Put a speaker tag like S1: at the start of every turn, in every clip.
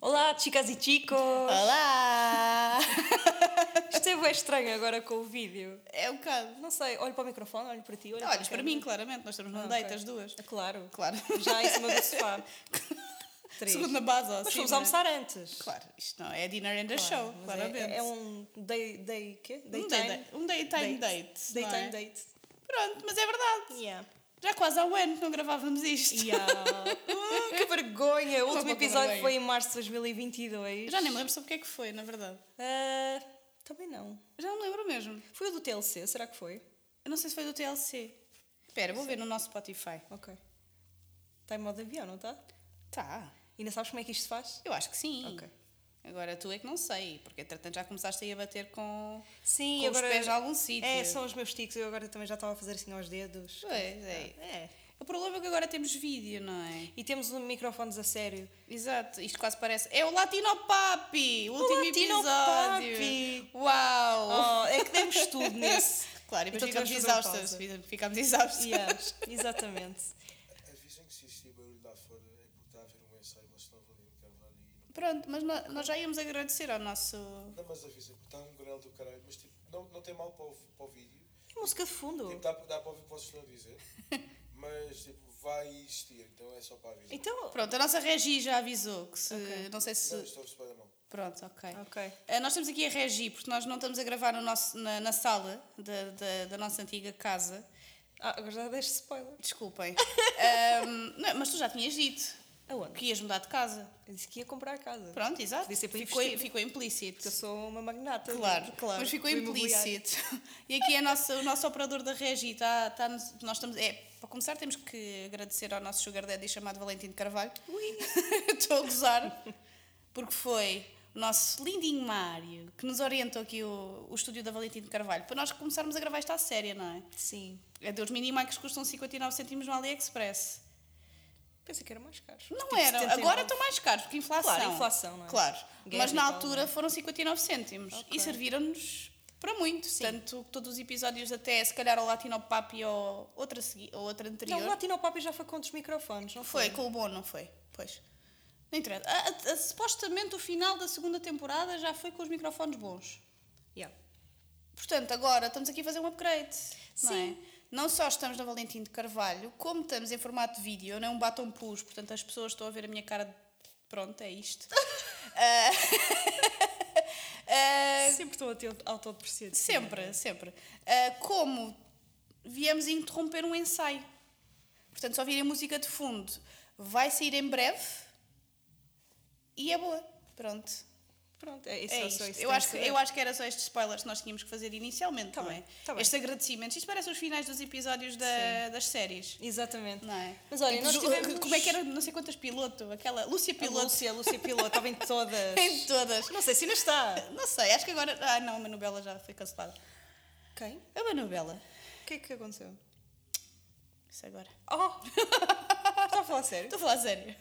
S1: Olá, chicas e chicos!
S2: Olá!
S1: Isto é bem estranho agora com o vídeo.
S2: É um bocado.
S1: Não sei, olho para o microfone, olho para ti, olho
S2: Olhas
S1: a
S2: para
S1: câmera.
S2: mim, claramente, nós estamos num
S1: Ah,
S2: date
S1: ok.
S2: as duas.
S1: Ah, Claro.
S2: Claro. Assim,
S1: Já em cima do sofá. Três.
S2: Segunda base, ó.
S1: Mas
S2: sim,
S1: fomos
S2: não é?
S1: almoçar antes.
S2: Claro, isto não é dinner and a
S1: Claro,
S2: show,
S1: mas é-
S2: claramente.
S1: É, um day, day, quê?
S2: um daytime um daytime date. não
S1: Daytime
S2: é?
S1: date.
S2: Pronto, mas é verdade.
S1: Yeah.
S2: Já quase há um ano que não gravávamos isto.
S1: Uh, que vergonha! O
S2: Uma
S1: último
S2: pouca
S1: episódio
S2: vergonha.
S1: foi em março de 2022.
S2: Eu já nem me lembro sobre o que é que foi, na verdade.
S1: Ah, também não.
S2: Eu Já não me lembro mesmo.
S1: Foi o do TLC, será que foi?
S2: Eu não sei se foi do TLC. Espera, vou ver no nosso Spotify.
S1: Ok. Está em modo avião, não está?
S2: Tá.
S1: Ainda sabes como é que isto se faz?
S2: Eu acho que sim.
S1: Ok.
S2: Agora tu é que não sei, porque entretanto já começaste aí a bater com,
S1: Sim,
S2: com os pés a algum sítio.
S1: É, são os meus tics, eu agora também já estava a fazer assim aos dedos.
S2: Pois é.
S1: É.
S2: O problema é que agora temos vídeo, não é?
S1: E temos um microfones a sério.
S2: Exato, isto quase parece. É o Latino Papi! O último
S1: Latino
S2: episódio!
S1: Papi!
S2: Uau!
S1: Oh, é que demos tudo nesse.
S2: Claro, e depois
S1: Então
S2: Oh,
S1: tivemos
S2: ficamos
S1: de fazer
S2: exaustas.
S1: uma
S2: Ficamos exaustas.
S1: Yeah, exatamente.
S3: Avisem que se existir barulho lá fora é porque está a haver um ensaio, vocês estão ali no carvalho e não.
S2: Pronto, mas nó- nós já íamos agradecer ao nosso.
S3: Não, mas avisem, porque está um grelho do caralho, mas tipo, não, não tem mal para o, para o vídeo.
S1: Que música de
S3: Tipo,
S1: fundo.
S3: dá, dá para ouvir o que vocês estão a dizer, mas tipo, vai existir, então é só para avisar.
S1: Então.
S2: Pronto, a nossa Regi já avisou que se.
S1: Ok.
S2: Não sei
S3: Não,
S2: se.
S3: estou a receber a mão.
S2: Pronto, ok.
S1: Ok.
S2: Ah, nós temos aqui a Regi, porque nós não estamos a gravar no nosso, na, na sala da, da, da nossa antiga casa.
S1: Ah, agora já deste spoiler.
S2: Desculpem. Ahm, não, mas tu já tinhas dito
S1: Aonde?
S2: que ias mudar de casa.
S1: Eu disse que ia comprar a casa.
S2: Pronto, exato.
S1: Podia ser para
S2: Ficou,
S1: investir.
S2: ficou implícito.
S1: Eu sou uma magnata. né?
S2: Claro, claro. Mas ficou
S1: Do imobiliário.
S2: implícito. E aqui é a nossa- o nosso operador da Regi. Está, está, nos- nós estamos, é, para começar, temos que agradecer ao nosso sugar daddy chamado Valentim de Carvalho. Estou a gozar. Porque foi o nosso lindinho Mário que nos orientou aqui o, o estúdio da Valentim de Carvalho para nós começarmos a gravar isto à séria, não
S1: Sim.
S2: é? É dos minimacos que custam 59 cêntimos no AliExpress.
S1: Pensei que era mais caro.
S2: Não
S1: Tipo
S2: eram.
S1: 79.
S2: Agora estão mais caros, porque inflação.
S1: Claro, inflação, não é?
S2: Claro.
S1: Guerra
S2: Mas
S1: e
S2: na
S1: tal,
S2: altura foram 59 cêntimos
S1: Ok.
S2: e serviram-nos para muito. Tanto que todos os episódios, até se calhar ao Latino Papi ou outra, segui- ou outra anterior.
S1: Não, o Latino Papi já foi com os microfones, não
S2: Foi com o bom, não foi? Pois. Não interessa. A- a- a- supostamente o final da segunda temporada já foi com os microfones bons.
S1: Yeah.
S2: Portanto, agora estamos aqui a fazer um upgrade. Não, é?
S1: Sim.
S2: não só estamos na Valentim de Carvalho, como estamos em formato de vídeo, eu não bato um pus, portanto as pessoas estão a ver a minha cara de pronto, é isto. Ah, ah,
S1: Sempre estou a ter autodepreciado.
S2: sempre, sempre. Ah, como viemos interromper um ensaio. Portanto, só virem música de fundo. Vai sair em breve e é boa. Pronto.
S1: Pronto, é isso.
S2: É
S1: só
S2: isto.
S1: isso que
S2: eu,
S1: tenho
S2: acho
S1: a
S2: que,
S1: saber.
S2: eu acho que era só estes spoilers que nós tínhamos que fazer inicialmente,
S1: Tá
S2: não
S1: bem,
S2: é?
S1: tá bem.
S2: Estes agradecimentos. Isto parece os finais dos episódios da- das séries.
S1: Exatamente.
S2: Não é?
S1: Mas olha,
S2: Tipo,
S1: nós
S2: Ju-
S1: tivemos...
S2: Como é que era, não sei quantas piloto? Aquela. Lúcia
S1: Piloto. A
S2: Piloto.
S1: Lúcia, a Lúcia Piloto, estava em todas.
S2: Em todas.
S1: Não sei se ainda está.
S2: Não sei, acho que agora. Ah, não, a Manubela já foi cancelada.
S1: Quem?
S2: A Manubela.
S1: O que é que aconteceu?
S2: Isso agora.
S1: Oh! Estava a falar sério?
S2: Estou a falar sério.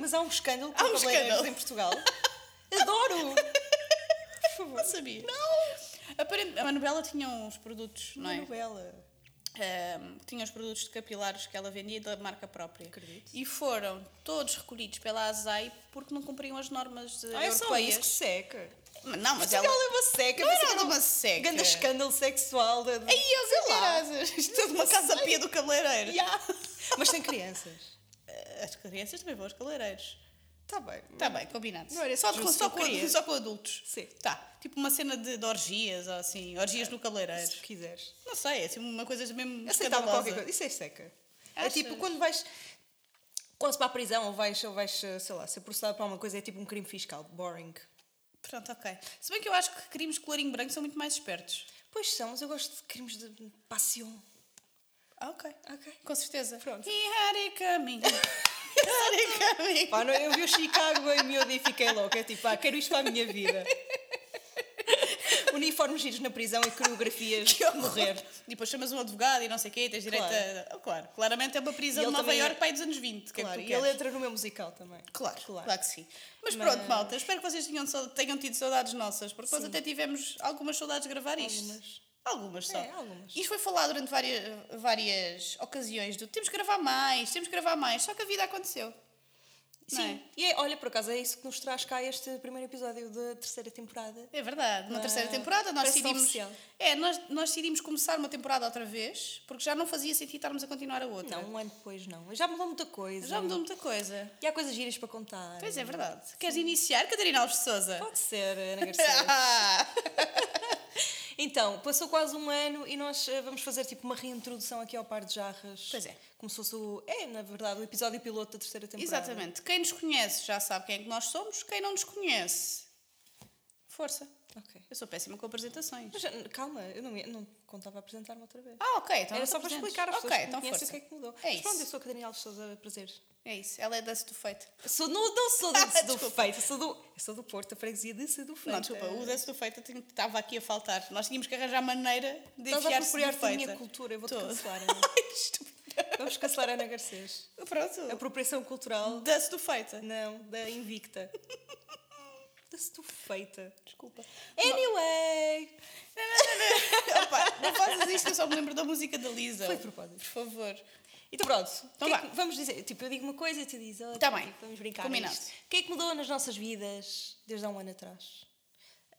S1: Mas há um escândalo com
S2: Há um
S1: cabeleireiros
S2: escândalo.
S1: em Portugal. Adoro! Por favor.
S2: Não sabia. Não! Aparentemente, a Manubela tinha uns produtos, não é?
S1: Manuela.
S2: Ahm, tinha os produtos de capilares que ela vendia da marca própria.
S1: Acredito.
S2: E foram todos recolhidos pela ASAI porque não cumpriam as normas eh,
S1: Ah, é só isso que
S2: europeias.
S1: seca.
S2: Mas Não, mas
S1: Portugal
S2: ela.
S1: é uma seca.
S2: Não
S1: mas
S2: era
S1: aquele
S2: uma seca.
S1: Grande escândalo sexual. De...
S2: Aí eu sei lá. Isto é de uma
S1: Não sei.
S2: casa pia do cabeleireiro.
S1: Ya. Mas tem crianças.
S2: Eh, As crianças também vão aos cabeleireiros.
S1: Está bem.
S2: Está Tá bem, combinado.
S1: Não era esse
S2: só, com,
S1: justo
S2: só,
S1: que eu queria.
S2: com, só com adultos.
S1: Sim.
S2: Tá. Tipo uma cena de, de orgias ou assim. Orgias no
S1: Se
S2: cabeleireiro.
S1: quiseres.
S2: Não sei, é assim uma coisa mesmo.
S1: Aceitava
S2: escandalosa.
S1: qualquer coisa. Isso é seca. É
S2: Achas?
S1: tipo quando vais. Quando se para a prisão ou vais, ou vais, sei lá, ser processado para alguma coisa é tipo um crime fiscal. Boring.
S2: Pronto, ok. Se bem que eu acho que crimes de colorinho branco são muito mais espertos.
S1: Pois são, mas eu gosto de crimes de paixão.
S2: Ah, ok.
S1: Ok.
S2: Com certeza.
S1: Pronto.
S2: E had it coming. had it coming.
S1: Pá, não, eu vi o Chicago em miúdo e fiquei louca. Tipo, ah, quero isto para a minha vida. Uniformes giros na prisão e coreografias de morrer. é
S2: E depois chamas um advogado e não sei o quê, tens direito
S1: Claro.
S2: a. Ah, claro, claramente é uma prisão
S1: E
S2: de
S1: ele
S2: Nova
S1: também é-
S2: Iorque para aí dos anos 20. que é
S1: Claro,
S2: que tu
S1: e ele
S2: queres.
S1: entra no meu musical também.
S2: Claro,
S1: Claro.
S2: claro, que sim. Mas,
S1: Mas-
S2: pronto, malta, espero que vocês tenham, sau- tenham tido saudades nossas, porque nós até tivemos algumas saudades de gravar isto.
S1: Algumas.
S2: Algumas só.
S1: É, algumas.
S2: Isto foi falado durante várias, várias ocasiões do temos que gravar mais, temos que gravar mais, só que a vida aconteceu. não é?
S1: Sim, e é, olha, por acaso é isso que nos traz cá este primeiro episódio da terceira temporada.
S2: É verdade, uma
S1: Ah,
S2: terceira temporada nós
S1: parece tão
S2: decidimos.
S1: oficial.
S2: É, nós, nós decidimos começar uma temporada outra vez, porque já não fazia sentido estarmos a continuar a outra.
S1: Não, um ano depois não. Já mudou muita coisa.
S2: Já mudou muita coisa.
S1: E há coisas giras para contar.
S2: Pois é verdade. Queres iniciar, Catarina Alves de Souza?
S1: Pode ser, Ana Garcia. então, passou quase um ano e nós eh, vamos fazer tipo uma reintrodução aqui ao par de jarras.
S2: Pois é.
S1: Como se fosse o. É, na verdade, o episódio piloto da terceira temporada.
S2: Exatamente. Quem nos conhece já sabe quem é que nós somos, quem não nos conhece. Força.
S1: Ok.
S2: Eu sou péssima com apresentações.
S1: Mas, eh, calma, eu não, ia- não contava a apresentar-me outra vez.
S2: Ah, ok, então
S1: Era só para
S2: apresentes.
S1: explicar às
S2: Ok,
S1: pessoas que
S2: então
S1: não conhecem
S2: força.
S1: o que é que mudou.
S2: É
S1: Mas pronto,
S2: isso.
S1: eu sou a Catarina Alves Sousa, prazer.
S2: É isso, ela é da do feito.
S1: Sou, não, não sou do, do
S2: Desculpa.
S1: feito, sou do, eu sou do Porto, a freguesia de Sou do feito.
S2: Não, desculpa, o da do feito estava aqui a faltar. Nós tínhamos que arranjar maneira de
S1: Estás a
S2: enfiar-se do
S1: apropriar-te da minha
S2: feito.
S1: cultura, eu vou-te
S2: Tô.
S1: cancelar. Ana.
S2: Ai, estúpida.
S1: Vamos cancelar a Ana Garcês.
S2: Pronto.
S1: Apropriação cultural.
S2: Da do feito.
S1: Não, da Invicta. da estufeita.
S2: Desculpa.
S1: Anyway!
S2: Opa, não fazes isto, eu só me lembro da música da Lisa.
S1: Foi de propósito.
S2: Por favor.
S1: Então pronto, o que é
S2: vá.
S1: que- vamos dizer, tipo, eu digo uma coisa e tu dizes outra.
S2: Tá bem.
S1: tipo, vamos brincar
S2: Combinado.
S1: nisto. O que é que mudou nas nossas vidas desde há um ano atrás?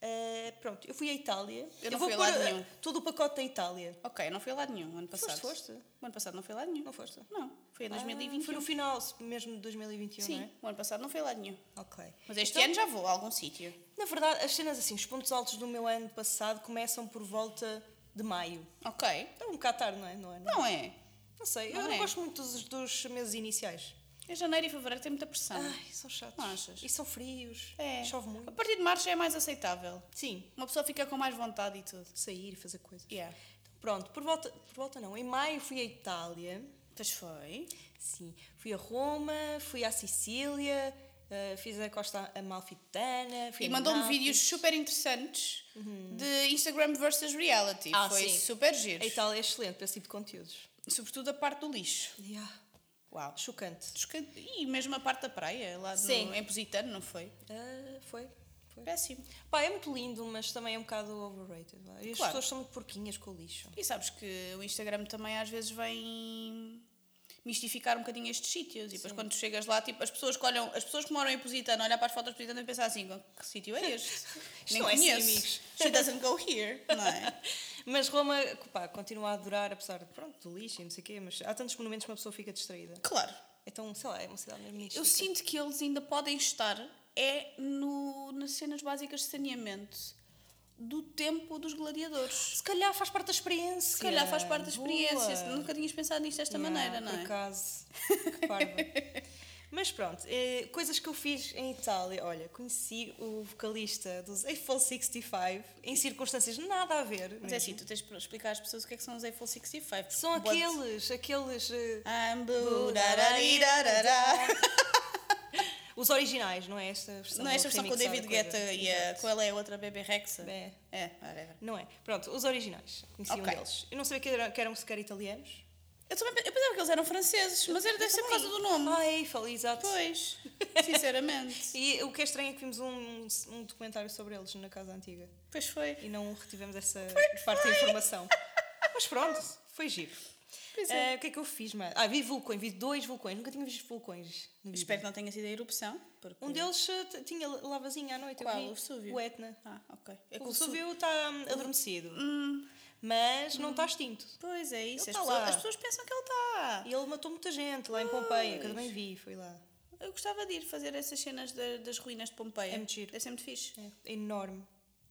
S1: Ah, pronto, eu fui à Itália.
S2: Eu não
S1: vou
S2: fui a
S1: pôr
S2: lado
S1: ah,
S2: nenhum.
S1: todo o pacote da Itália.
S2: Ok, não fui a lado nenhum ano
S1: Foste,
S2: passado.
S1: foste?
S2: O ano passado não fui a lado nenhum.
S1: Não foste?
S2: Não, foi em
S1: Ah, foi
S2: 2021.
S1: no final mesmo de 2021,
S2: é? Sim,
S1: não é?
S2: o ano passado não foi a lado nenhum.
S1: Ok.
S2: Mas este
S1: Então,
S2: ano já vou a algum sítio.
S1: Na verdade, as cenas assim, os pontos altos do meu ano passado começam por volta de maio.
S2: Ok.
S1: Então um bocado tarde, não é? Não, é,
S2: Não é?
S1: Não sei, eu
S2: Não
S1: não
S2: é?
S1: gosto muito dos, dos meses iniciais.
S2: Em É janeiro e fevereiro tem muita pressão.
S1: Ai, são chatos.
S2: Ah. Não achas?
S1: E são frios,
S2: é.
S1: chove
S2: A
S1: muito.
S2: partir de março já é mais aceitável.
S1: Sim,
S2: Uma pessoa fica com mais vontade e tudo.
S1: sair e fazer coisas.
S2: Yeah.
S1: Então, pronto, por volta, por volta não, em maio fui à Itália,
S2: Pois foi.
S1: sim, fui a Roma, fui à Sicília, eh, fiz a costa amalfitana, fui
S2: E
S1: a
S2: mandou-me
S1: Nápoles.
S2: vídeos super interessantes de Instagram versus reality.
S1: Uhum. Ah,
S2: foi
S1: sim.
S2: super giro.
S1: A Itália é excelente para esse tipo de conteúdos.
S2: Sobretudo a parte do lixo.
S1: Yeah,
S2: Uau.
S1: Chocante.
S2: Desca- E mesmo a parte da praia, lá
S1: Sim.
S2: no, em Positano, não foi?
S1: Ah, foi, foi.
S2: Péssimo.
S1: Pá, é muito lindo, mas também é um bocado overrated. vá. E as
S2: Claro.
S1: pessoas são muito porquinhas com o lixo.
S2: E sabes que o Instagram também às vezes vem mistificar um bocadinho estes sítios. E depois quando tu chegas lá, tipo, as pessoas que olham, as pessoas que moram em Positano olham para as fotos de Positano e pensam assim, que sítio é este? Nem
S1: não é assim,
S2: conheço.
S1: amigos."
S2: She doesn't go here, não é?
S1: Mas Roma, pá, continua a adorar, apesar de, pronto, do lixo e não sei o quê, mas há tantos monumentos que uma pessoa fica distraída.
S2: Claro.
S1: Então, sei lá, é uma cidade mesmo mística.
S2: Eu sinto que eles ainda podem estar é no, nas cenas básicas de saneamento do tempo dos gladiadores.
S1: Se calhar faz parte da experiência.
S2: Se calhar faz parte da experiência.
S1: Boa.
S2: Nunca tinhas pensado nisto desta
S1: Yeah,
S2: maneira, não
S1: por
S2: é?
S1: acaso. Que parva. Mas pronto, eh, coisas que eu fiz em Itália. Olha, conheci o vocalista dos Eiffel 65 em circunstâncias nada a ver.
S2: Mas é assim, tu tens de explicar às pessoas o que é que são os Eiffel 65. porque
S1: São
S2: pode-
S1: aqueles, aqueles... eh,
S2: I'm blue, dararidarará.
S1: Os originais, não é esta versão?
S2: Não é esta versão com o
S1: remixada,
S2: David Guetta
S1: coisa.
S2: e a, com ela é a outra Baby Rexa?
S1: É.
S2: É, whatever.
S1: Não é? Pronto, os originais. Conheci um
S2: Ok.
S1: deles. Eu não sabia que eram, que eram sequer italianos.
S2: Eu, também, pe- eu pensava que eles eram franceses, mas era, deve ser por causa do nome.
S1: Ah, Eiffel, exato.
S2: Pois, sinceramente.
S1: E o que é estranho é que vimos um, um documentário sobre eles na Casa Antiga
S2: Pois foi.
S1: e não retivemos essa parte da informação. Mas pronto, foi giro.
S2: Pois é.
S1: Eh, o que é que eu fiz mais? Ah, vi vulcões, vi dois vulcões, nunca tinha visto vulcões. na vida.
S2: Espero que não tenha sido a erupção. Porque...
S1: Um deles eh, t- tinha lavazinha à noite. eu
S2: Qual?
S1: vi.
S2: O Vesúvio?
S1: O Etna.
S2: Ah, ok. É que
S1: O Vesúvio está hum, adormecido,
S2: Hum,
S1: mas não está extinto.
S2: pois é isso.
S1: Ele tá
S2: As, pessoas,
S1: lá.
S2: as pessoas pensam que ele tá. está.
S1: E ele matou muita gente lá em Pompeia, que eu
S2: Pois.
S1: também vi, foi lá.
S2: Eu gostava de ir fazer essas cenas da- das ruínas de Pompeia.
S1: É muito giro.
S2: Deve ser muito fixe.
S1: É enorme.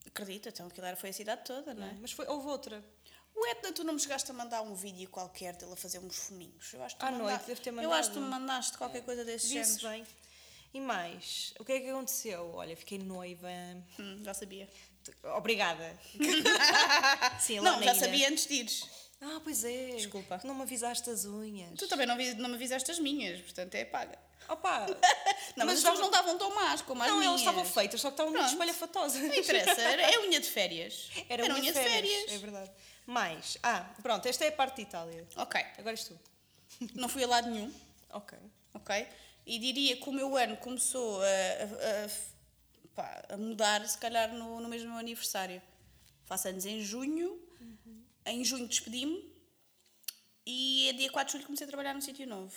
S2: Acredito, então aquilo era foi a cidade toda, não é?
S1: Mas foi, houve outra.
S2: O Edna, tu não me chegaste a mandar um vídeo qualquer dele a fazer uns funinhos. Eu acho que tu
S1: À
S2: manda-
S1: noite, deve ter
S2: Eu
S1: mandado. É.
S2: acho que tu me mandaste qualquer coisa desse
S1: Viu-se
S2: género.
S1: bem. E mais, o que é que aconteceu? Olha, fiquei noiva.
S2: Hum, já sabia.
S1: Obrigada. Sim, lá
S2: não,
S1: na
S2: já
S1: ida.
S2: sabia antes de ires.
S1: Ah, pois é.
S2: Desculpa.
S1: Tu Não me avisaste as unhas.
S2: Tu tá- também não, vi- não me avisaste as minhas, portanto é paga.
S1: Opa!
S2: Não, mas, as
S1: estava-
S2: tuas não estavam tão más como as
S1: Não,
S2: minhas.
S1: elas estavam feitas, só que estavam muito
S2: Pronto.
S1: espalhafatosas.
S2: Não interessa, era, é unha de férias.
S1: Era, unha de férias. É verdade. Mais. Ah, pronto, esta é a parte de Itália.
S2: Ok,
S1: Agora és tu.
S2: não fui a lado nenhum,
S1: Ok.
S2: ok? E diria que o meu ano começou a, a- a- pá, a mudar, se calhar, no, no mesmo meu aniversário. Faço anos em junho,
S1: Uhum.
S2: em junho despedi-me e a dia 4 de julho comecei a trabalhar num sítio novo.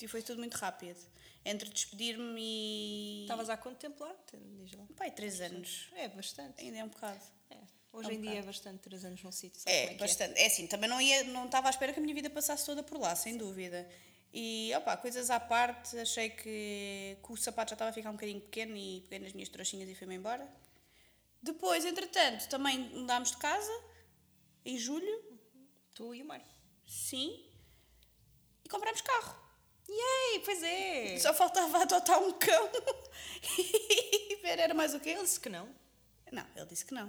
S2: E foi tudo muito rápido. Entre despedir-me e.
S1: Estavas há quanto tempo lá? Diz lá.
S2: Pai, três anos.
S1: É bastante.
S2: Ainda é um bocado.
S1: É. Hoje
S2: É um
S1: em dia é
S2: bocado.
S1: bastante três anos num sítio. sabe como que
S2: É, bastante. É assim, também não ia, não estava à espera que a minha vida passasse toda por lá, sem dúvida. E, opa, coisas à parte, achei que, que o sapato já estava a ficar um bocadinho pequeno e peguei nas minhas trouxinhas e fui-me embora. Depois, entretanto, também mudámos de casa, em julho,
S1: Tu e o Mário.
S2: sim, e comprámos carro.
S1: Yay, pois é.
S2: Só faltava adotar um cão e ver, era mais o quê?
S1: Ele disse que não.
S2: Não, ele disse que não.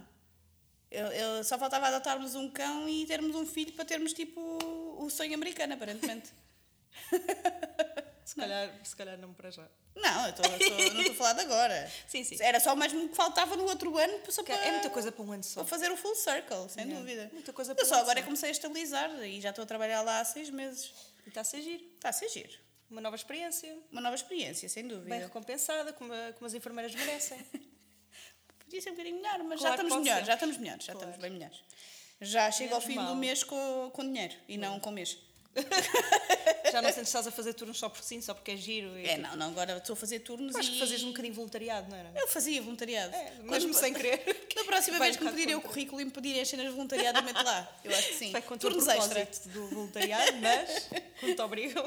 S2: Ele, ele- só faltava adotarmos um cão e termos um filho para termos tipo o sonho americano, aparentemente.
S1: Se calhar, se calhar não para já.
S2: não, eu tô, eu tô- eu não estou a falar de agora.
S1: Sim, sim.
S2: Era só o mesmo que faltava no outro ano só para,
S1: É muita coisa para um ano só.
S2: para fazer o full circle, sem
S1: Yeah.
S2: dúvida.
S1: Muita coisa para
S2: eu só
S1: um
S2: agora
S1: ano só.
S2: comecei a estabilizar e já estou a trabalhar lá há seis meses.
S1: E está a ser giro.
S2: Está a ser giro.
S1: Uma nova experiência.
S2: Uma nova experiência, sem
S1: Bem
S2: dúvida.
S1: recompensada, como, a- como as enfermeiras merecem.
S2: Podia ser um bocadinho melhor,
S1: Claro
S2: mas já
S1: que
S2: estamos
S1: pode
S2: melhores,
S1: ser.
S2: já estamos melhores, já
S1: Claro.
S2: estamos bem melhores. Já chego ao
S1: Menos
S2: fim
S1: mal. Hum.
S2: do mês com, com dinheiro e não com mês.
S1: Já não sentes que estás a fazer turnos só porque sim, só porque é giro. E...
S2: É, não, não, agora estou a fazer turnos
S1: Acho
S2: e...
S1: que fazes um bocadinho de voluntariado, não era?
S2: Eu fazia voluntariado.
S1: É,
S2: Quando-
S1: mesmo sem querer.
S2: Da próxima
S1: Vai
S2: vez que me
S1: um bocado
S2: pedirem o
S1: contra.
S2: currículo e me pedirem as cenas voluntariadamente lá. Eu acho que sim.
S1: Vai contra o
S2: turnos extra.
S1: propósito do voluntariado, mas quando te obrigam.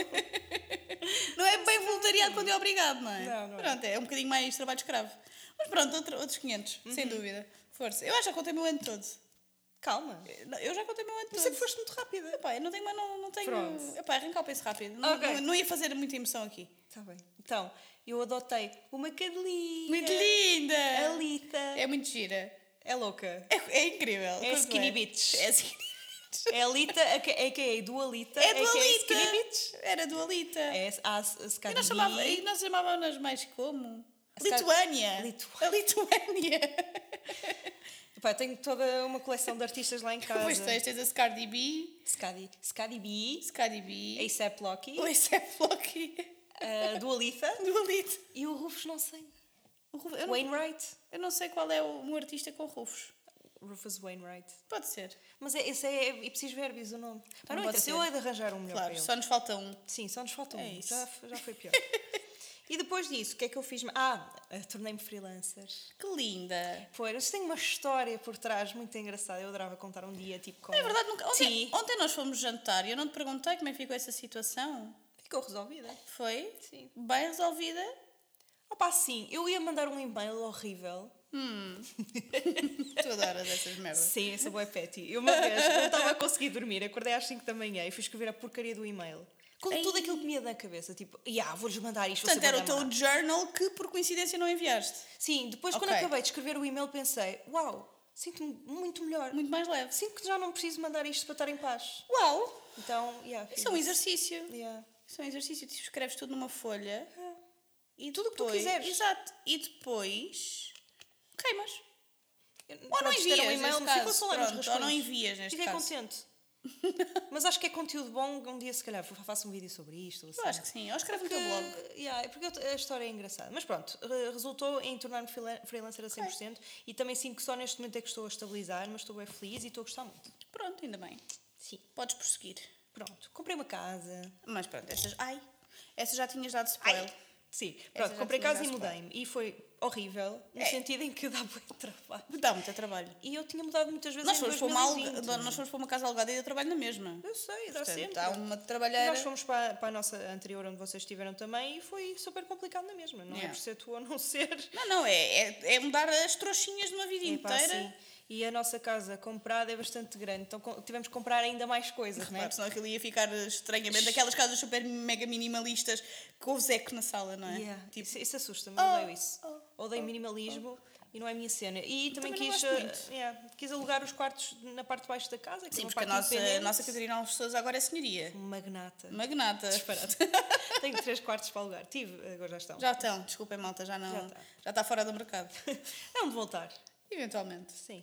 S2: Não é bem voluntariado quando é obrigado, não é?
S1: Não, não é.
S2: pronto, é. um bocadinho mais trabalho escravo. Mas pronto, outro- outros 500,
S1: Uhum.
S2: sem dúvida. Força. Eu acho que já contei o meu ano todo.
S1: Calma.
S2: Não, Eu já contei o meu ano todo.
S1: Sempre é foste muito rápida.
S2: Epá, eu não tenho, mas não, não tenho.
S1: Pronto.
S2: Epá, arrancar o penso rápido. Não,
S1: Ok.
S2: não- não ia fazer muita emoção aqui.
S1: Está bem. Então, eu adotei uma cadelinha.
S2: Muito linda!
S1: A Lita.
S2: É muito gira.
S1: É louca.
S2: É, é incrível. Quanto
S1: skinny bitch.
S2: É skinny bitch.
S1: É a Lita, a que- a que é dualita.
S2: É
S1: que
S2: dualita.
S1: Skinny bitch.
S2: Era dualita.
S1: É a, a, a Scandi
S2: E nós, chamava, e nós chamávamos mais como?
S1: Se calhar-
S2: Lituânia.
S1: Litu-
S2: A Lituânia.
S1: Pá, tenho toda uma coleção de artistas lá em casa.
S2: Depois tens, tens a Scardi B,
S1: Scadi, Scadi B,
S2: Scardi B,
S1: A$AP Rocky,
S2: o ASAP Loki,
S1: a Dualita
S2: Dualita.
S1: e o Rufus, não sei.
S2: O Ru- Eu não,
S1: Wainwright.
S2: eu não sei qual é o, um artista com rufos.
S1: Rufus Wainwright. Pode
S2: Pode ser.
S1: Mas é, esse é, é preciso verbis o nome. Pá, não
S2: Pode
S1: interessa,
S2: ser.
S1: eu hei de arranjar um melhor
S2: Claro,
S1: para ele.
S2: só nos falta um.
S1: Sim, só nos falta um.
S2: É isso.
S1: já, f- já foi pior. e depois disso, o que é que eu fiz? ma- Ah, eh, tornei-me freelancer.
S2: Que linda.
S1: Pois, mas tem uma história por trás muito engraçada. Eu adorava contar um dia, tipo, com...
S2: É verdade, nunca. Ontem,
S1: Sim.
S2: ontem nós fomos jantar e eu não te perguntei como é que ficou essa situação.
S1: Ficou resolvida.
S2: Foi?
S1: Sim.
S2: Bem resolvida?
S1: Opa, sim, eu ia mandar um e-mail horrível.
S2: Tu adoras essas merdas.
S1: Sim, essa boa Petty. Eu uma vez não estava a conseguir dormir, acordei às 5 da manhã e fui escrever a porcaria do e-mail. Com
S2: Ei.
S1: tudo aquilo que me ia da cabeça, tipo, ah, vou-lhes mandar isto, vou
S2: Portanto, era o
S1: mandar
S2: teu journal que por coincidência não enviaste.
S1: Sim, depois quando
S2: Ok.
S1: acabei de escrever o e-mail pensei, uau, sinto-me muito melhor.
S2: Muito mais leve.
S1: Sinto que já não preciso mandar isto para estar em paz.
S2: Uau!
S1: Então, yeah,
S2: Isso é um exercício.
S1: yeah.
S2: Isso é um exercício. Tu escreves tudo numa folha. E
S1: Tudo o que tu
S2: depois-
S1: quiseres.
S2: Exato. E depois queimas. Ou
S1: Pronto,
S2: não
S1: isto
S2: envias,
S1: era um e-mail,
S2: neste
S1: ficou
S2: caso.
S1: só lá nos
S2: Pronto, ou não
S1: rascunhos.
S2: envias, neste
S1: Fiquei
S2: caso.
S1: contente. Mas acho que é conteúdo bom, um dia se calhar faço um vídeo sobre isto. ou
S2: Eu
S1: assim.
S2: acho que sim. Ou escreve
S1: Porque,
S2: no teu blog.
S1: yeah, é porque eu- a história é engraçada. Mas pronto, re- resultou em tornar-me freela- freelancer a 100% e também sinto que só neste momento é que estou a estabilizar, mas estou bem feliz e estou a gostar muito.
S2: Pronto, ainda bem.
S1: Sim.
S2: Podes prosseguir.
S1: Pronto, comprei uma casa.
S2: Mas pronto, estas... Ai! Essas já tinhas dado spoiler.
S1: Sim, pronto,
S2: já
S1: comprei
S2: tinha
S1: casa e
S2: dado
S1: mudei-me e foi horrível, no
S2: É.
S1: sentido em que dá muito trabalho.
S2: Dá muito trabalho.
S1: E eu tinha mudado muitas vezes
S2: Nós
S1: em
S2: fomos, para uma alga-
S1: 2020.
S2: nós fomos para uma casa alugada e eu trabalho na mesma.
S1: Eu sei, Hum, dá
S2: Portanto,
S1: sempre.
S2: há uma trabalheira.
S1: Nós fomos para, para a nossa anterior, onde vocês estiveram também, e foi super complicado na mesma. Não é
S2: Yeah.
S1: por ser tua ou não ser.
S2: Não, não, é, é, é mudar as trouxinhas de uma vida
S1: Epá,
S2: inteira.
S1: sim. E a nossa casa comprada é bastante grande, então co- tivemos que comprar ainda mais coisas, não é?
S2: Claro, senão aquilo ia ficar eh, estranhamente. Aquelas casas super mega minimalistas com o Zeco na sala, não é?
S1: Yeah,
S2: Tipo,
S1: isso isso assusta-me,
S2: Oh,
S1: odeio isso. odeio minimalismo e não é a minha cena. E também,
S2: Também não
S1: quis,
S2: gosto
S1: uh,
S2: muito.
S1: yeah, quis alugar os quartos na parte de baixo da casa, que é
S2: sim,
S1: uma
S2: porque a
S1: parte
S2: nossa, a
S1: independente.
S2: nossa Catarina Alves Sousa agora é senhoria.
S1: Magnata.
S2: Magnata.
S1: Disparate. Tenho três quartos para alugar. Tive, eh, agora já estão.
S2: Já estão, desculpem, malta, já não.
S1: Já
S2: Já
S1: tá.
S2: está fora do mercado.
S1: É onde voltar.
S2: Eventualmente.
S1: Sim.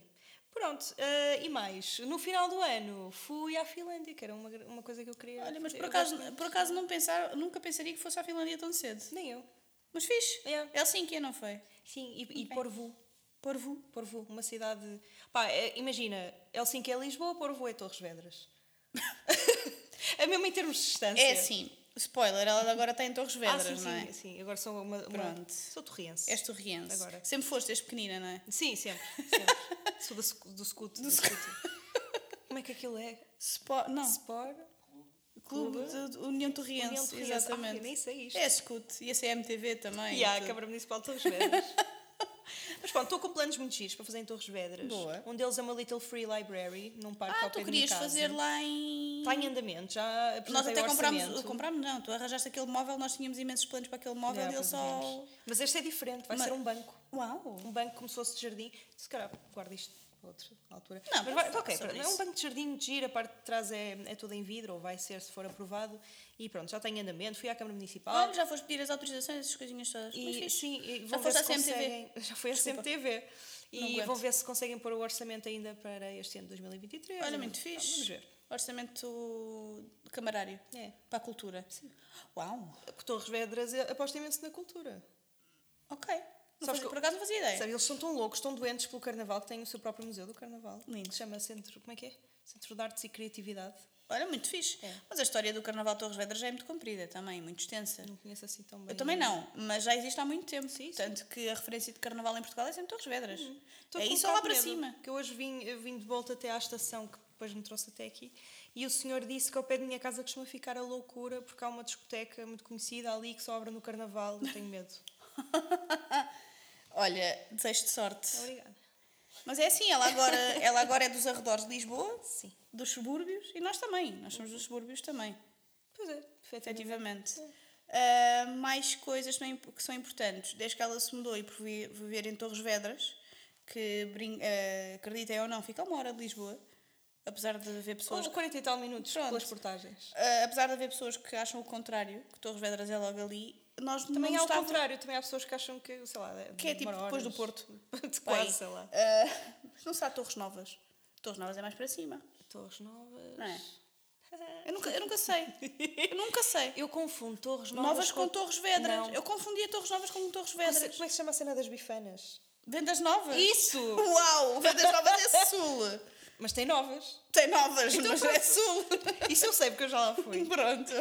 S1: Pronto, eh, e mais, no final do ano fui à Finlândia, que era uma, gra- uma coisa que eu queria.
S2: Olha, mas por
S1: eu
S2: acaso,
S1: gosto muito.
S2: por acaso não é pensar, nunca pensaria que fosse à Finlândia tão cedo.
S1: Nem eu.
S2: Mas É fiz.
S1: Yeah.
S2: Helsínquia, não foi?
S1: Sim, e, e
S2: Ok.
S1: Porvo.
S2: Porvo.
S1: Porvo, uma cidade. Pá, é- imagina, Helsinki é Lisboa, Porvo é Torres Vedras. é mesmo em termos de distância.
S2: É assim. Spoiler, ela agora está em Torres Vedras,
S1: ah, sim,
S2: não é?
S1: sim, sim. Agora sou uma. uma-
S2: Pronto.
S1: Sou torriense.
S2: És torriense.
S1: Agora.
S2: Sempre foste, és pequenina, não é?
S1: Sim, sempre. sempre. sou da scu- do scoot. Do scoot. Como é que aquilo é?
S2: Spo- não,
S1: Sport?
S2: Clube de, de União Torriense,
S1: União de Torriense.
S2: exatamente.
S1: Ah, eu nem sei isto.
S2: É escute, e a CMTV também.
S1: E há a
S2: tudo.
S1: Câmara Municipal de Torres Vedras. Mas pronto, estou com planos muito giros para fazer em Torres Vedras.
S2: Boa.
S1: Um deles é uma Little Free Library, num parque
S2: Ah,
S1: ao pé
S2: tu
S1: de minha
S2: querias
S1: casa.
S2: fazer lá em.
S1: Está em andamento, já apresentei
S2: Nós até
S1: o
S2: comprámos,
S1: orçamento.
S2: comprámos, não, tu arranjaste aquele móvel, nós tínhamos imensos planos para aquele
S1: Já,
S2: móvel e ele
S1: mais ou
S2: só.
S1: menos. Mas este é diferente, vai
S2: Mas-
S1: ser um banco.
S2: Uau!
S1: Um banco como se fosse de jardim. Se calhar guardo isto para outra altura.
S2: Não,
S1: mas
S2: vamos
S1: vai,
S2: falar
S1: ok,
S2: sobre
S1: pronto, é um
S2: isso.
S1: banco de jardim de giro, a parte de trás é, é toda em vidro, ou vai ser se for aprovado. E pronto, já tem andamento, fui à Câmara Municipal.
S2: Olha, já foste pedir as autorizações, essas coisinhas todas. Mas
S1: E,
S2: fixe.
S1: sim, assim, e
S2: já
S1: vão ver
S2: foste
S1: se
S2: à CMTV.
S1: conseguem. Já foi a
S2: Desculpa.
S1: CMTV.
S2: Não
S1: E
S2: aguento.
S1: vão ver se conseguem pôr o orçamento ainda para este ano de 2023.
S2: Olha, muito
S1: Pronto,
S2: fixe.
S1: Vamos ver.
S2: Orçamento camarário.
S1: É.
S2: Para a cultura. Sim. Uau!
S1: Porque Torres Vedras é- aposta imenso na cultura.
S2: Ok. Não
S1: Sabes
S2: fazia-
S1: que eu-
S2: por acaso não fazia ideia.
S1: Sabe, eles são tão loucos, tão doentes pelo carnaval que têm o seu próprio museu do carnaval.
S2: Lindo.
S1: Que se chama Centro. Como é que é? Centro de Artes e Criatividade.
S2: Olha, muito fixe.
S1: É.
S2: Mas a história do Carnaval de Torres Vedras já é muito comprida também, muito extensa.
S1: Não conheço assim tão bem.
S2: Eu também não, mas já existe há muito tempo.
S1: Sim, sim.
S2: Tanto que a referência de carnaval em Portugal é sempre Torres Vedras.
S1: Estou
S2: É
S1: com um
S2: isso ou lá
S1: bocado
S2: para
S1: de medo,
S2: cima.
S1: Que eu hoje vim, eu vim de volta até à estação que depois me trouxe até aqui e o senhor disse que ao pé da minha casa costuma ficar a loucura porque há uma discoteca muito conhecida ali que só abre no carnaval. Eu tenho medo.
S2: Olha, desejo de sorte.
S1: Obrigada.
S2: Mas é assim, ela agora, ela agora é dos arredores de Lisboa,
S1: Sim.
S2: dos subúrbios, e nós também. Nós somos dos subúrbios também,
S1: Pois é, efetivamente.
S2: efetivamente. Ah, mais coisas também que são importantes. Desde que ela se mudou e por vi- viver em Torres Vedras, que brin- ah, acreditem ou não, fica a uma hora de Lisboa, apesar de haver pessoas
S1: São 40 e tal minutos
S2: Pronto.
S1: pelas portagens.
S2: Ah, apesar de haver pessoas que acham o contrário, que Torres Vedras é logo ali, nós
S1: Também
S2: não
S1: há o
S2: estávamos-
S1: contrário, também há pessoas que acham que, sei lá,
S2: Que é tipo
S1: demora
S2: depois do
S1: horas.
S2: Porto.
S1: De
S2: Bem,
S1: quase, sei lá.
S2: ah, mas não será Torres Novas. Torres Novas é mais para cima,
S1: Torres Novas.
S2: não é? Eu nunca, eu nunca sei. Eu nunca sei.
S1: Eu confundo Torres Novas,
S2: Novas, com Torres Vedras.
S1: Não.
S2: Eu confundia Torres Novas com Torres
S1: Como é
S2: Vedras.
S1: que se chama a cena das bifanas?
S2: Vendas Novas?
S1: Isso!
S2: Uau! Vendas Novas é sul.
S1: Mas tem novas.
S2: Tem novas,
S1: Então
S2: mas
S1: pronto.
S2: é sul.
S1: Isso eu sei porque eu já lá fui.
S2: Pronto.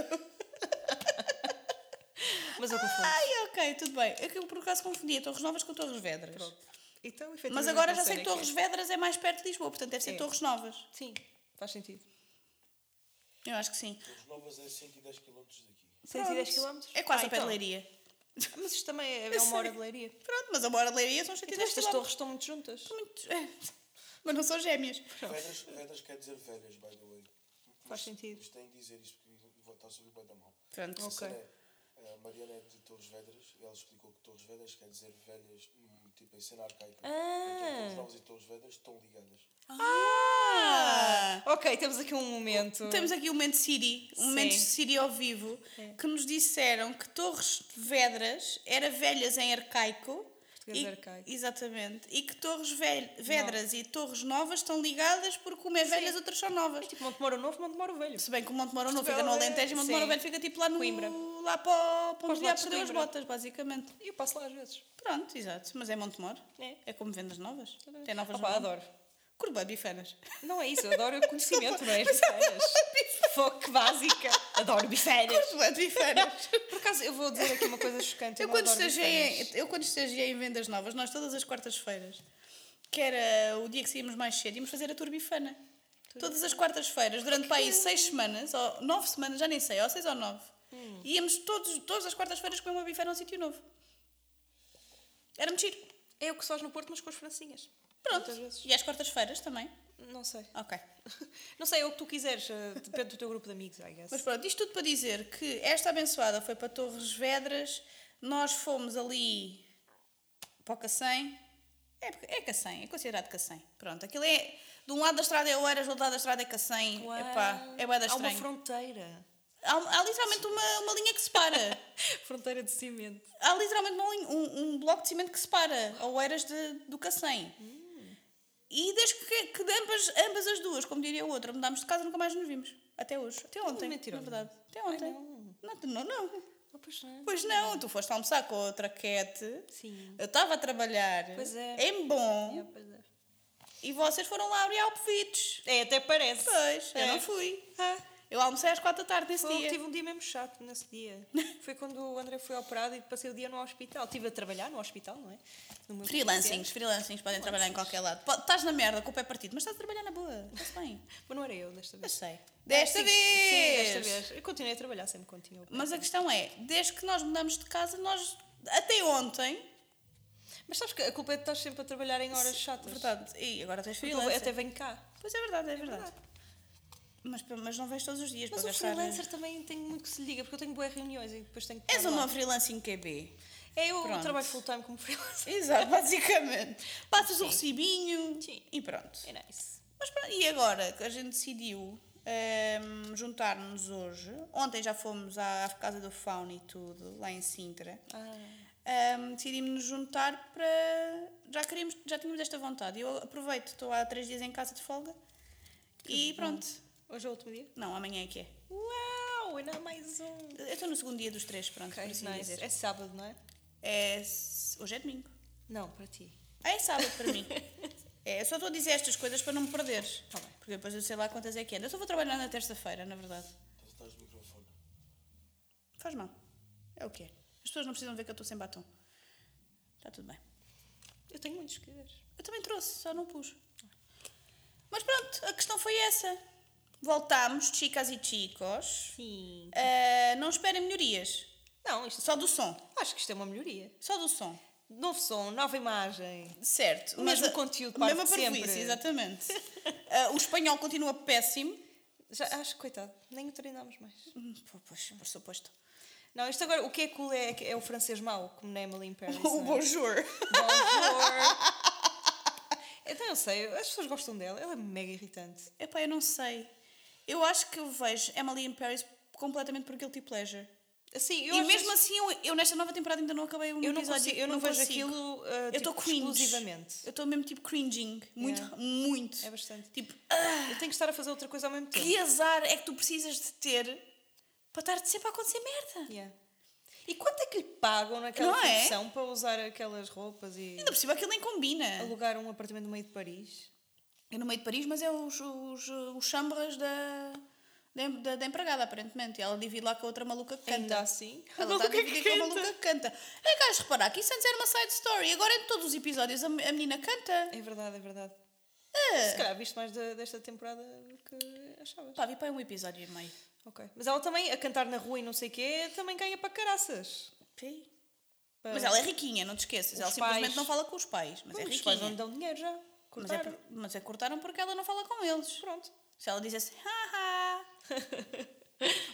S1: Mas eu confundo.
S2: Ai, ok, tudo bem. É que Eu por acaso confundia Torres Novas com Torres Vedras.
S1: Pronto. Então,
S2: Mas
S1: efetivamente,
S2: agora
S1: não
S2: já sei que
S1: onde é
S2: Torres Vedras é mais perto de Lisboa, portanto deve ser
S1: É.
S2: Torres Novas.
S1: é. Sim, faz sentido.
S2: Eu acho que sim.
S3: Torres Novas é 110 km daqui.
S1: 110 km.
S2: Pronto. É
S1: Ah,
S2: quase ao pé
S1: então.
S2: de Leiria.
S1: Mas isto também é,
S2: Eu
S1: uma hora
S2: sei.
S1: de leiria.
S2: Pronto, mas a hora de Leiria são
S1: Então,
S2: 110
S1: estas
S2: km.
S1: torres estão muito juntas.
S2: Muito- Mas não são gêmeas.
S3: Vedras, Vedras quer dizer velhas, by the way.
S1: Faz sentido.
S3: Mas tem de dizer isto porque vou estar sobre o bem da mão.
S2: Pronto.
S1: Ok.
S3: Cena é, A Mariana é de Torres Vedras e ela explicou que Torres Vedras quer dizer velhas, hum, tipo em cena arcaica. Então Torres Novas e Torres Vedras estão ligadas.
S2: Ah!
S1: Ok, temos aqui um momento.
S2: Temos aqui o momento Siri, um
S1: Sim.
S2: momento Siri ao vivo, que nos disseram que Torres Vedras era velhas em arcaico.
S1: Português
S2: e-
S1: arcaico.
S2: Exatamente. E que Torres Vel- Vedras e Torres Novas estão ligadas porque uma é velhas, outras são novas.
S1: Tipo, Monte Moro Novo, Monte Moro Velho.
S2: Se bem que o Monte Moro não
S1: Portugal
S2: fica no
S1: é-
S2: Alentejo e o Monte Moro
S1: sim.
S2: Velho fica tipo lá no...
S1: Coimbra.
S2: Lá para, o- para
S1: Para os
S2: onde já
S1: lados de
S2: perdeu as
S1: Coimbra.
S2: botas, basicamente.
S1: E eu passo lá às vezes.
S2: Pronto, exato. Mas é Monte Moro.
S1: É.
S2: É como vendas novas. Tem novas
S1: Opa,
S2: no nome.
S1: adoro.
S2: Curva bifanas.
S1: Não é isso, eu adoro o conhecimento, não é? As bifanas. Foco básica. Adoro bifanas.
S2: Curva bifanas.
S1: Por acaso, eu vou dizer aqui uma coisa chocante.
S2: Eu
S1: não
S2: quando,
S1: adoro
S2: estagiei,
S1: bifanas.
S2: em- eu quando estagiei em vendas novas, nós todas as quartas-feiras, que era o dia que saímos mais cedo, íamos fazer a turbifana. Todas as quartas-feiras, durante para aí seis semanas, ou nove semanas, já nem sei, ou seis ou nove,
S1: Hum.
S2: íamos todos, todas as quartas-feiras comer uma bifana a um sítio novo. Era muito giro.
S1: É o que se faz no Porto, mas com as francinhas.
S2: Pronto.
S1: Muitas vezes.
S2: E às quartas-feiras também.
S1: Não sei.
S2: Ok.
S1: Não sei, é o que tu quiseres. eh, Depende do teu grupo de amigos, I guess.
S2: Mas pronto, isto tudo para dizer que esta abençoada foi para Torres Vedras, nós fomos ali para o Cacém. É, porque- é Cacém, é considerado Cacém. Pronto, aquilo é. De um lado da estrada é Oeiras, do outro lado da estrada é Cacém.
S1: Uau,
S2: Epá, é bué da
S1: Há uma
S2: estranho.
S1: fronteira.
S2: Há, um, há literalmente uma, uma linha que separa.
S1: Fronteira de cimento.
S2: há literalmente uma linha- um, um bloco de cimento que separa Oeiras de, do Cacém. E desde que, que de ambas, ambas as duas, como diria o outro, mudámos de casa, nunca mais nos vimos. Até hoje. Até ontem, na
S1: mentirosa.
S2: verdade. Até ontem. não, não. não.
S1: Ah, pois não.
S2: Pois não, tu foste almoçar com a traquete.
S1: Sim.
S2: Eu estava a trabalhar.
S1: Pois é.
S2: Em bom.
S1: É, pois é.
S2: E vocês foram lá abrir alpevites.
S1: É, até parece.
S2: Pois,
S1: É.
S2: eu não fui.
S1: Ah,
S2: Eu almocei às quatro da tarde nesse
S1: Foi,
S2: dia.
S1: Tive um dia mesmo chato nesse dia. Foi quando o André foi operado e passei o dia no hospital. Estive a trabalhar no hospital, não é? No meu
S2: Freelancings, freelancings podem trabalhar em qualquer lado. Po- Estás na merda, com o pé partido, mas estás a trabalhar na boa. Está-se bem.
S1: Mas não era eu desta
S2: Eu
S1: vez.
S2: sei. Desta
S1: Sim,
S2: vez!
S1: Sim, desta vez. Eu continuei a trabalhar, sempre continuo.
S2: Mas a questão é, desde que nós mudamos de casa, nós até ontem.
S1: Mas sabes que a culpa é de estar sempre a trabalhar em horas chatas.
S2: Verdade. E agora tens
S1: Porque eu
S2: freelancer.
S1: até venho cá.
S2: Pois é verdade, é verdade.
S1: verdade.
S2: Mas, mas não vens todos os dias
S1: Mas
S2: para
S1: o
S2: gastar.
S1: freelancer também tem muito que se liga, porque eu tenho boas reuniões e depois tenho que.
S2: És
S1: estar lá.
S2: uma freelancing QB.
S1: É, eu
S2: Pronto.
S1: trabalho full-time como freelancer.
S2: Exato, basicamente. Passas o recibinho
S1: Sim.
S2: e pronto.
S1: É nice.
S2: Mas pronto, e agora que a gente decidiu ehm, juntar-nos hoje, ontem já fomos à, à casa do Fauna e tudo, lá em Sintra,
S1: Ah.
S2: Ehm, decidimos nos juntar para. Já, queríamos, já tínhamos esta vontade. Eu aproveito, estou há três dias em casa de folga e pronto.
S1: Hoje é o último dia?
S2: Não, amanhã é que é.
S1: Uau, ainda há mais um.
S2: Eu estou no segundo dia dos três, pronto,
S1: Ok,
S2: por assim
S1: nice.
S2: dizer.
S1: É sábado, não é?
S2: É, s- hoje é domingo.
S1: Não, para ti.
S2: Ah, é sábado para mim. É, eu só estou a dizer estas coisas para não me perderes.
S1: Tá bem.
S2: Porque depois eu sei lá quantas é que anda. Eu só vou trabalhar na terça-feira, na verdade.
S3: Então, Estás atrás do microfone.
S2: Faz mal. É o que é. As pessoas não precisam ver que eu estou sem batom. Está tudo bem.
S1: Eu tenho muitos que quiseres.
S2: Eu também trouxe, só não pus. Mas pronto, a questão foi essa. Voltámos, chicas e chicos.
S1: Sim.
S2: Ah, não esperem melhorias.
S1: Não, isto
S2: Só do som.
S1: acho que isto é uma melhoria.
S2: Só do som.
S1: Novo som, nova imagem.
S2: Certo.
S1: O mesmo conteúdo
S2: a
S1: parte
S2: mesma
S1: de sempre.
S2: parvoíce, exatamente. Ah, o espanhol continua péssimo.
S1: Já, acho que, coitado, nem o treinámos mais.
S2: Hum, pô, Pois, por suposto.
S1: Não, isto agora, o que é cool é, é o francês mau, como na Emily in Paris.
S2: O
S1: não é?
S2: bonjour.
S1: Bonjour. Então eu sei, as pessoas gostam dela, ela é mega irritante.
S2: Epá, eu não sei. Eu acho que eu vejo Emily in Paris completamente por guilty pleasure.
S1: Assim, eu
S2: e
S1: às
S2: mesmo
S1: vezes-
S2: assim, eu, eu nesta nova temporada ainda não acabei um
S1: eu não,
S2: episódio.
S1: consigo, eu não, vejo
S2: consigo.
S1: aquilo uh,
S2: Eu estou
S1: tipo,
S2: cringe.
S1: exclusivamente.
S2: Eu estou mesmo tipo cringing. Muito,
S1: Yeah.
S2: muito.
S1: É bastante.
S2: Tipo,
S1: Eu tenho que estar a fazer outra coisa ao mesmo tempo.
S2: que azar é que tu precisas de ter para estar sempre a acontecer merda?
S1: Yeah. E quanto é que lhe pagam naquela
S2: Não é?
S1: profissão para usar aquelas roupas e
S2: Ainda por cima aquilo nem combina.
S1: alugar um apartamento no meio de Paris?
S2: É no meio de Paris, mas é os, os, os chambres da, da, em- da- da empregada, aparentemente. E ela divide lá com a outra maluca que canta.
S1: Ainda assim?
S2: Ela está a dividir com a maluca que canta. É que vais reparar que isso antes era uma side story. Agora em todos os episódios a, a menina canta.
S1: É verdade, é verdade.
S2: Ah.
S1: Se calhar viste mais da- desta temporada do que achavas.
S2: Pá, vi para aí um episódio e meio.
S1: Ok. Mas ela também, a cantar na rua e não sei o quê, também ganha para caraças. Para-
S2: Mas ela é riquinha, não te esqueças.
S1: Os
S2: ela simplesmente
S1: pais-
S2: não fala com os pais. Mas
S1: Pronto,
S2: é
S1: os pais não lhe
S2: riquinha.
S1: dão dinheiro já.
S2: Mas é,
S1: Cortaram.
S2: por- mas é cortaram porque ela não fala com eles.
S1: Pronto.
S2: Se ela dissesse, haha,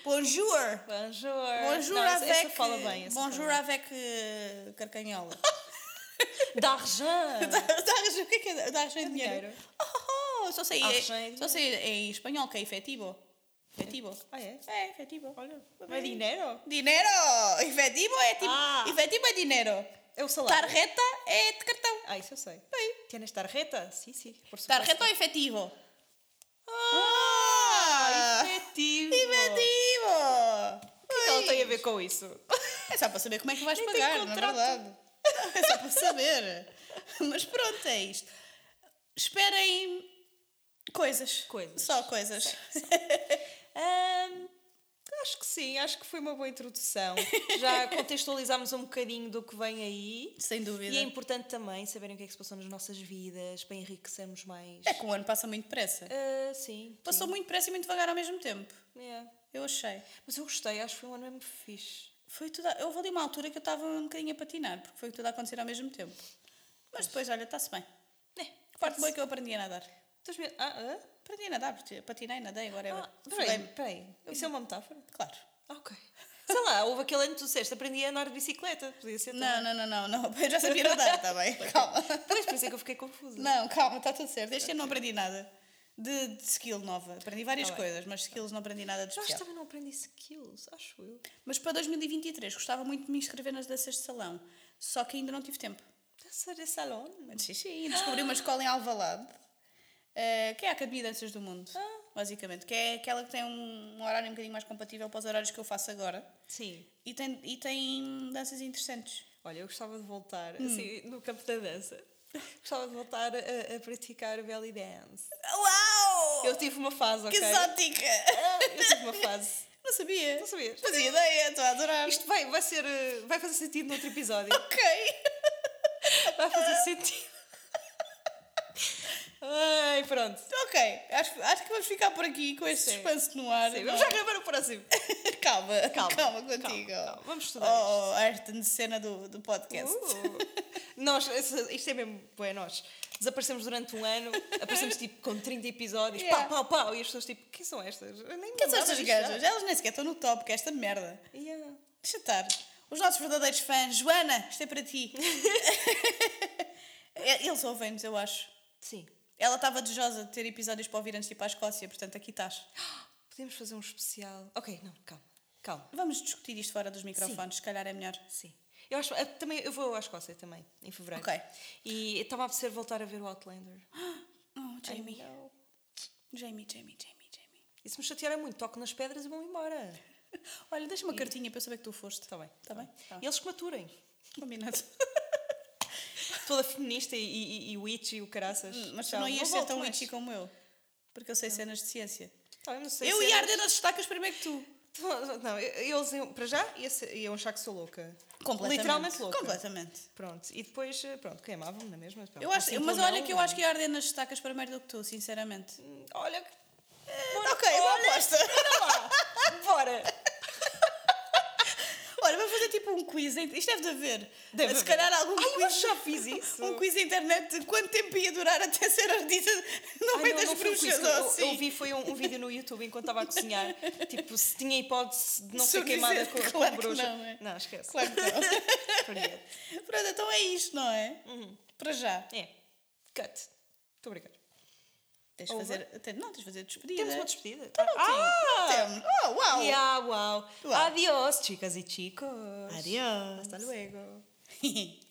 S2: bonjour,
S1: Bonjour.
S2: bonjour
S1: Não, essa,
S2: avec,
S1: essa fala bem. Essa
S2: bonjour
S1: fala
S2: avec eh, carcanhola.
S1: bem. D'argent.
S2: Dás- o que é que é? Dás sem dinheiro?
S1: dinheiro.
S2: Oh, oh, só sei,
S1: Ah,
S2: eh,
S1: sem
S2: só sei em espanhol que é efetivo. Efetivo.
S1: Ah, é?
S2: É, efetivo.
S1: Olha, não é dinheiro?
S2: Dinero! Efetivo é tipo.
S1: Ah.
S2: Efetivo é dinheiro.
S1: É o salário.
S2: Tarjeta é de cartão.
S1: Ah, isso eu sei.
S2: Bem.
S1: Tienes tarjeta? Sim, sim. Por supuesto.
S2: Tarjeta ou efetivo?
S1: Ah,
S2: Ah!
S1: efetivo.
S2: Efetivo!
S1: O que é que ela tem a ver com isso?
S2: É só para saber como é que vais
S1: Nem tem
S2: pagar, não é
S1: contrato.
S2: verdade? É só para saber. Mas pronto, é isto. Esperem coisas.
S1: Coisas.
S2: Só coisas.
S1: Ahm, acho que sim, acho que foi uma boa introdução. Já contextualizámos um bocadinho do que vem aí.
S2: Sem dúvida.
S1: E é importante também saberem o que é que se passou nas nossas vidas, para enriquecermos mais.
S2: É que o ano passa muito depressa.
S1: Ah, sim.
S2: Passou muito depressa e muito devagar ao mesmo tempo.
S1: sim. É.
S2: Eu achei.
S1: Mas eu gostei, acho que foi um ano mesmo fixe.
S2: Foi tudo. A... Houve ali uma altura que eu estava um bocadinho a patinar, porque foi tudo a acontecer ao mesmo tempo. Mas depois, olha, está-se bem.
S1: É.
S2: A parte boa é que eu aprendi a nadar.
S1: Estás mesmo. Ah, ah?
S2: Aprendi a nadar, porque patinei, nadei, whatever.
S1: ah peraí,
S2: Fudei-me.
S1: peraí. Isso é uma metáfora?
S2: Claro.
S1: Ah, ok. Sei lá, houve aquele ano que tu disseste, aprendi a andar de bicicleta. Podia ser
S2: Não, não, não, não, não. Eu já sabia nadar, está bem. Calma.
S1: também. Pois, por isso é que eu fiquei confusa.
S2: Não, calma, está tudo certo. Este ano não aprendi nada de, de skill nova. Aprendi várias
S1: Tá bem.
S2: coisas, mas skills não aprendi nada de
S1: Eu acho que
S2: especial.
S1: também não aprendi skills, acho eu.
S2: tá- Mas para 2023 gostava muito de me inscrever nas danças de salão, só que ainda não tive tempo.
S1: Dançar de salão?
S2: Sim, sim. Descobri uma escola em Alvalade, eh, que é a Academia de Danças do Mundo, basicamente. Que é aquela que tem um, um horário um bocadinho mais compatível para os horários que eu faço agora.
S1: Sim.
S2: E tem, e tem danças interessantes.
S1: Olha, eu gostava de voltar, assim, no campo da dança. Gostava de voltar a, a praticar belly dance.
S2: Uau!
S1: Eu tive uma fase,
S2: Que
S1: ok? Ah,
S2: exótica!
S1: Eu tive uma fase.
S2: Não sabia.
S1: Não sabias?
S2: Fazia ideia, estou a adorar.
S1: Isto vai, vai ser. eh, Vai fazer sentido noutro episódio.
S2: Ok.
S1: Vai fazer sentido. Ai, pronto.
S2: Ok, acho, acho que vamos ficar por aqui com este
S1: Sim.
S2: suspense no ar.
S1: Sim,
S2: não
S1: vamos já gravar o próximo.
S2: é? calma,
S1: Calma,
S2: calma, calma
S1: calma,
S2: contigo.
S1: calma. Vamos estudar
S2: Oh, a arte de cena do, do podcast.
S1: Uh. Nós, esse- isto é mesmo, bem, nós desaparecemos durante um ano, aparecemos tipo com 30 episódios,
S2: Yeah.
S1: pau, pau, pau, e as pessoas tipo, quem são estas? Eu nem me
S2: Quem
S1: lembrava
S2: são estas
S1: disto,
S2: gajas?
S1: já.
S2: Elas nem sequer estão no top, que é esta merda.
S1: Yeah.
S2: Deixa estar. Os nossos verdadeiros fãs. Joana, isto é para ti. É, Eles ouvem-nos, eu acho.
S1: Sim.
S2: Ela estava desejosa de ter episódios para ouvir antes de ir para a Escócia, portanto aqui estás.
S1: Podemos fazer um especial. Ok, não, calma, calma.
S2: Vamos discutir isto fora dos microfones, se calhar é melhor.
S1: Sim. Eu acho, eh, também, eu vou à Escócia também, em fevereiro.
S2: Ok.
S1: E estava a apetecer voltar a ver o Outlander.
S2: Oh, Jamie.
S1: I know.
S2: Jamie, Jamie, Jamie, Jamie.
S1: E se me chatearem muito, toco nas pedras e vão embora.
S2: Olha, deixa uma cartinha para eu saber que tu foste.
S1: Está bem.
S2: Está Tá bem?
S1: E eles que maturem.
S2: Combinado.
S1: Toda feminista e, e, e witch e o caraças.
S2: Hum, Mas tu
S1: Tchau,
S2: não ias ser
S1: volto
S2: tão
S1: mais.
S2: witchy como eu. Porque eu sei cenas de ciência.
S1: Tá, eu não sei
S2: Eu
S1: se
S2: ia
S1: era-
S2: arder nas estacas primeiro que tu.
S1: Então, Não, eu- eles iam, para já ia ser- iam achar que sou louca. Literalmente louca.
S2: Completamente.
S1: Pronto, e depois, eh, pronto, queimavam-me na mesma. Pronto,
S2: Eu acho,
S1: assim,
S2: mas
S1: não,
S2: olha que eu
S1: não.
S2: acho que ia arder nas estacas primeiro do que tu, sinceramente.
S1: Olha que.
S2: ok, boa aposta.
S1: Olha, bora!
S2: Olha, vamos fazer tipo um quiz. em- Isto deve de haver.
S1: Deve
S2: Se
S1: haver.
S2: calhar algum
S1: Ai, eu
S2: quiz.
S1: acho que já fiz isso.
S2: Um quiz da internet de quanto tempo ia durar até ser ardida no
S1: Ai,
S2: meio
S1: não,
S2: das
S1: não foi um quiz,
S2: bruxas
S1: que
S2: ou
S1: eu,
S2: assim.
S1: eu vi foi um, um vídeo no YouTube enquanto estava a cozinhar, tipo, se tinha hipótese de não ser
S2: Sorriso,
S1: queimada com, com
S2: claro que
S1: bruxa.
S2: não, é?
S1: esquece.
S2: Claro que não.
S1: Forget.
S2: Pronto, então é isto, não é? Para já.
S1: É. Cut. Muito obrigada.
S2: Tens de
S1: Over.
S2: fazer. até- Não, tens de fazer despedida.
S1: Temos uma despedida?
S2: Ah, temos. Oh, uau!
S1: Yeah, wow.
S2: Uau.
S1: Adiós, chicas e chicos.
S2: Adiós.
S1: Hasta luego.
S2: Yeah.